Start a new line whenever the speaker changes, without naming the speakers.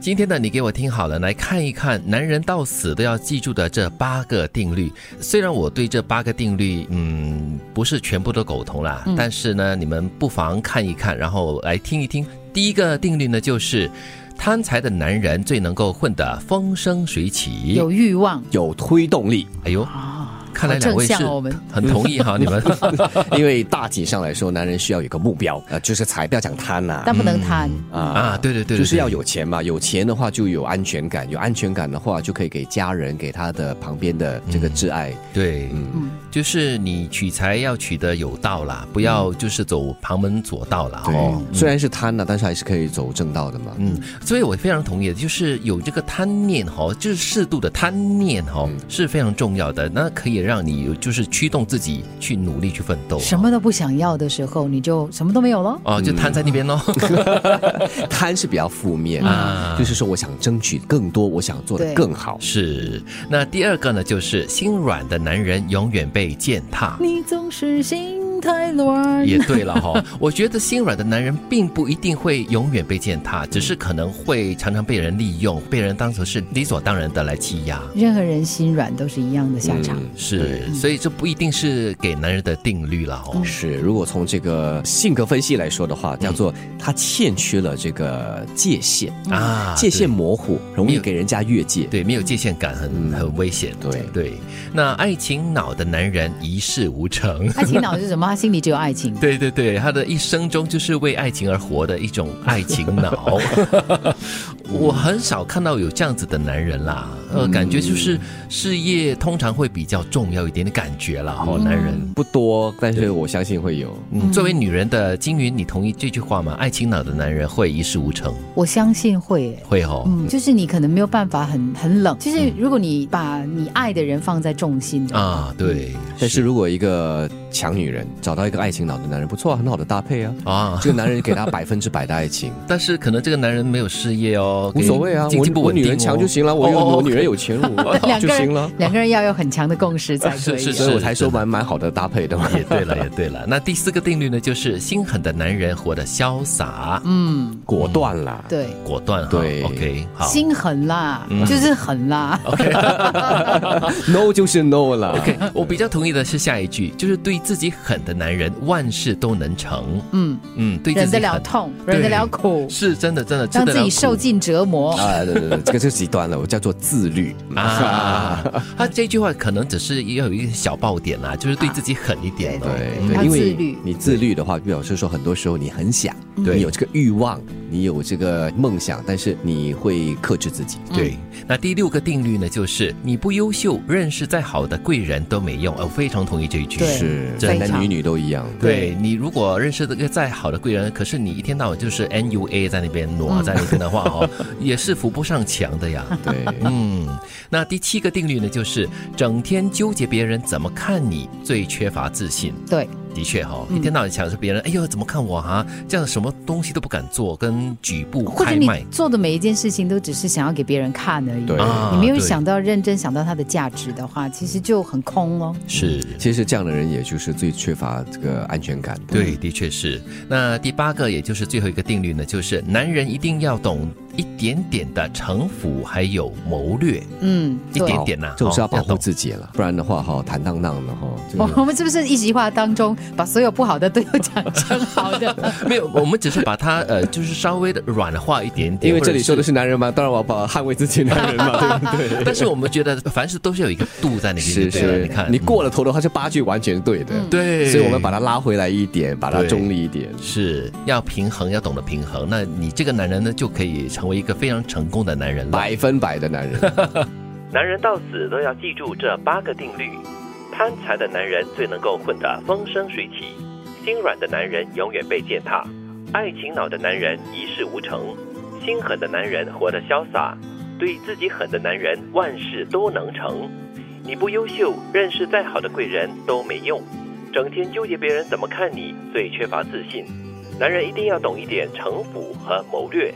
今天的你给我听好了，来看一看男人到死都要记住的这八个定律。虽然我对这八个定律，嗯，不是全部都苟同啦，
嗯
但是呢，你们不妨看一看，然后来听一听。第一个定律呢，就是贪财的男人最能够混得风生水起。
有欲望
有推动力，
哎呦，
啊，
看来
好
两
正
位是
向哦，我们
很同意哈，你们。
因为大体上来说，男人需要有个目标，呃，就是财，不要讲贪呐、
但不能贪。
啊
啊，对对对，
就是
对
要有钱嘛，有钱的话就有安全感，有安全感的话就可以给家人、给他的旁边的这个挚爱。
对，
嗯
就是你取财要取得有道啦，不要
嗯
就是走旁门左道啦。
对，
哦，
虽然是贪了，但是还是可以走正道的嘛。
嗯，所以我非常同意，就是有这个贪念哈、哦，就是适度的贪念哈、哦
嗯
是非常重要的，那可以让你有就是驱动自己去努力去奋斗。
什么？都不想要的时候，你就什么都没有了。
哦，就摊在那边喽。
贪是比较负面
啊
的，就是说我想争取更多，我想做
对
的更好。
是。那第二个呢，就是心软的男人永远被践踏。
你总是心太软，
也对了哈、 我觉得心软的男人并不一定会永远被践踏，只是可能会常常被人利用，被人当成是理所当然的来欺压。
任何人心软都是一样的下场。
嗯
是，所以这不一定是给男人的定律了哦。
是，如果从这个性格分析来说的话，叫做他欠缺了这个界限
嗯啊
嗯界限
对
模糊，容
没
易
有
给人家越界。
对没有界限感很
嗯
很危险。
对
对，那爱情脑的男人一事无成。
爱情脑是什么？他心里只有爱情。
对对对，他的一生中就是为爱情而活的一种爱情 脑。我很少看到有这样子的男人啦，呃，
嗯
感觉就是事业通常会比较重要一点的感觉啦，
嗯
哦，男人。
不多，但是我相信会有。
嗯，作为女人的金云，你同意这句话吗？爱情脑的男人会一事无成，
我相信会、欸。
会哦。嗯
嗯，就是你可能没有办法很很冷，就是如果你把你爱的人放在重心的话
啊，对，
但是如果一个强女人找到一个爱情脑的男人，不错啊，很好的搭 配啊。
啊，
这个男人给她百分之百的爱情，
但是可能这个男人没有事业哦，
无所谓啊，
经济
我
不
我
稳定、
女人强就。行了，我有
哦哦
我女人有钱， 我
啊
两
就
个
行了
人，两个人要有很强的共识才可以。
是是
所以我才说蛮蛮好的搭配的嘛。
也对了， 也对了。那第四个定律呢，就是心狠的男人活得潇洒、
嗯，
果断啦，
对，
果断哈。
对
，OK，好。
心狠啦，
嗯
就是狠啦。
哦
，no 就是 no 啦。
OK，我比较同意的是下一句，就是对自己狠的男人，万事都能成。
嗯，
嗯，对自己
忍得
狠
了痛，忍得了苦，
是真的，真的吃
让
得
自
了
己受
苦
尽折磨。
啊，对对对，这个就极端了，我叫做自律。
啊。他这句话可能只是要有一个小爆点啦，就是对自己狠一点哦。
对
嗯
要
对，因
自
为
律
你自律的话，表示说很多时候你很想，
对
你有这个欲望，你有这个梦想，但是你会克制自己。
对，嗯那第六个定律呢，就是你不优秀，认识再好的贵人都没用。呃，我非常同意这一句。
对
是
真
男
的
男女女都一样。
嗯对你如果认识一个再好的贵人，可是你一天到晚就是 NUA 在那边
嗯
挪在那边的话 哦，也是扶不上墙的呀。
对，
嗯，那第七个定律呢，就是整天纠结别人怎么看你，最缺乏自信。
对，
的确哈、哦，
嗯
一天到晚想着别人，哎呦怎么看我啊，这样什么东西都不敢做，跟举步
或者
开
你
迈
做的每一件事情都只是想要给别人看而已。
对
啊，
你没有
对
想到认真想到它的价值的话，其实就很空哦咯。
是。
其实这样的人也就是最缺乏这个安全感。嗯
对，的确是。那第八个，也就是最后一个定律呢，就是男人一定要懂一点点的城府，还有谋略。
嗯，
一
对
点。点呐、
就是要
哦
保护
懂哦
自己了，不然的话哈，坦荡荡的哈，就
我们是不是一席话当中把所有不好的都要讲成好的？
没有，我们只是把它呃，就是稍微的软化一点点。
因为这里说的
是，
是男人嘛，当然我要把捍卫自己男人嘛，对不对？
但是我们觉得凡事都是有一个度在那边，对不
是
对
是
你，看
你过了头的话，这八句完全对的，
嗯
对，
所以我们把它拉回来一点，把它
对
中立一点。
是要平衡，要懂得平衡。那你这个男人呢，就可以成为一个非常成功的男人了。
百分百的男人。
男人到死都要记住这八个定律：贪财的男人最能够混得风生水起，心软的男人永远被践踏，爱情脑的男人一事无成，心狠的男人活得潇洒，对自己狠的男人万事都能成。你不优秀，认识再好的贵人都没用，整天纠结别人怎么看你，最缺乏自信。男人一定要懂一点城府和谋略，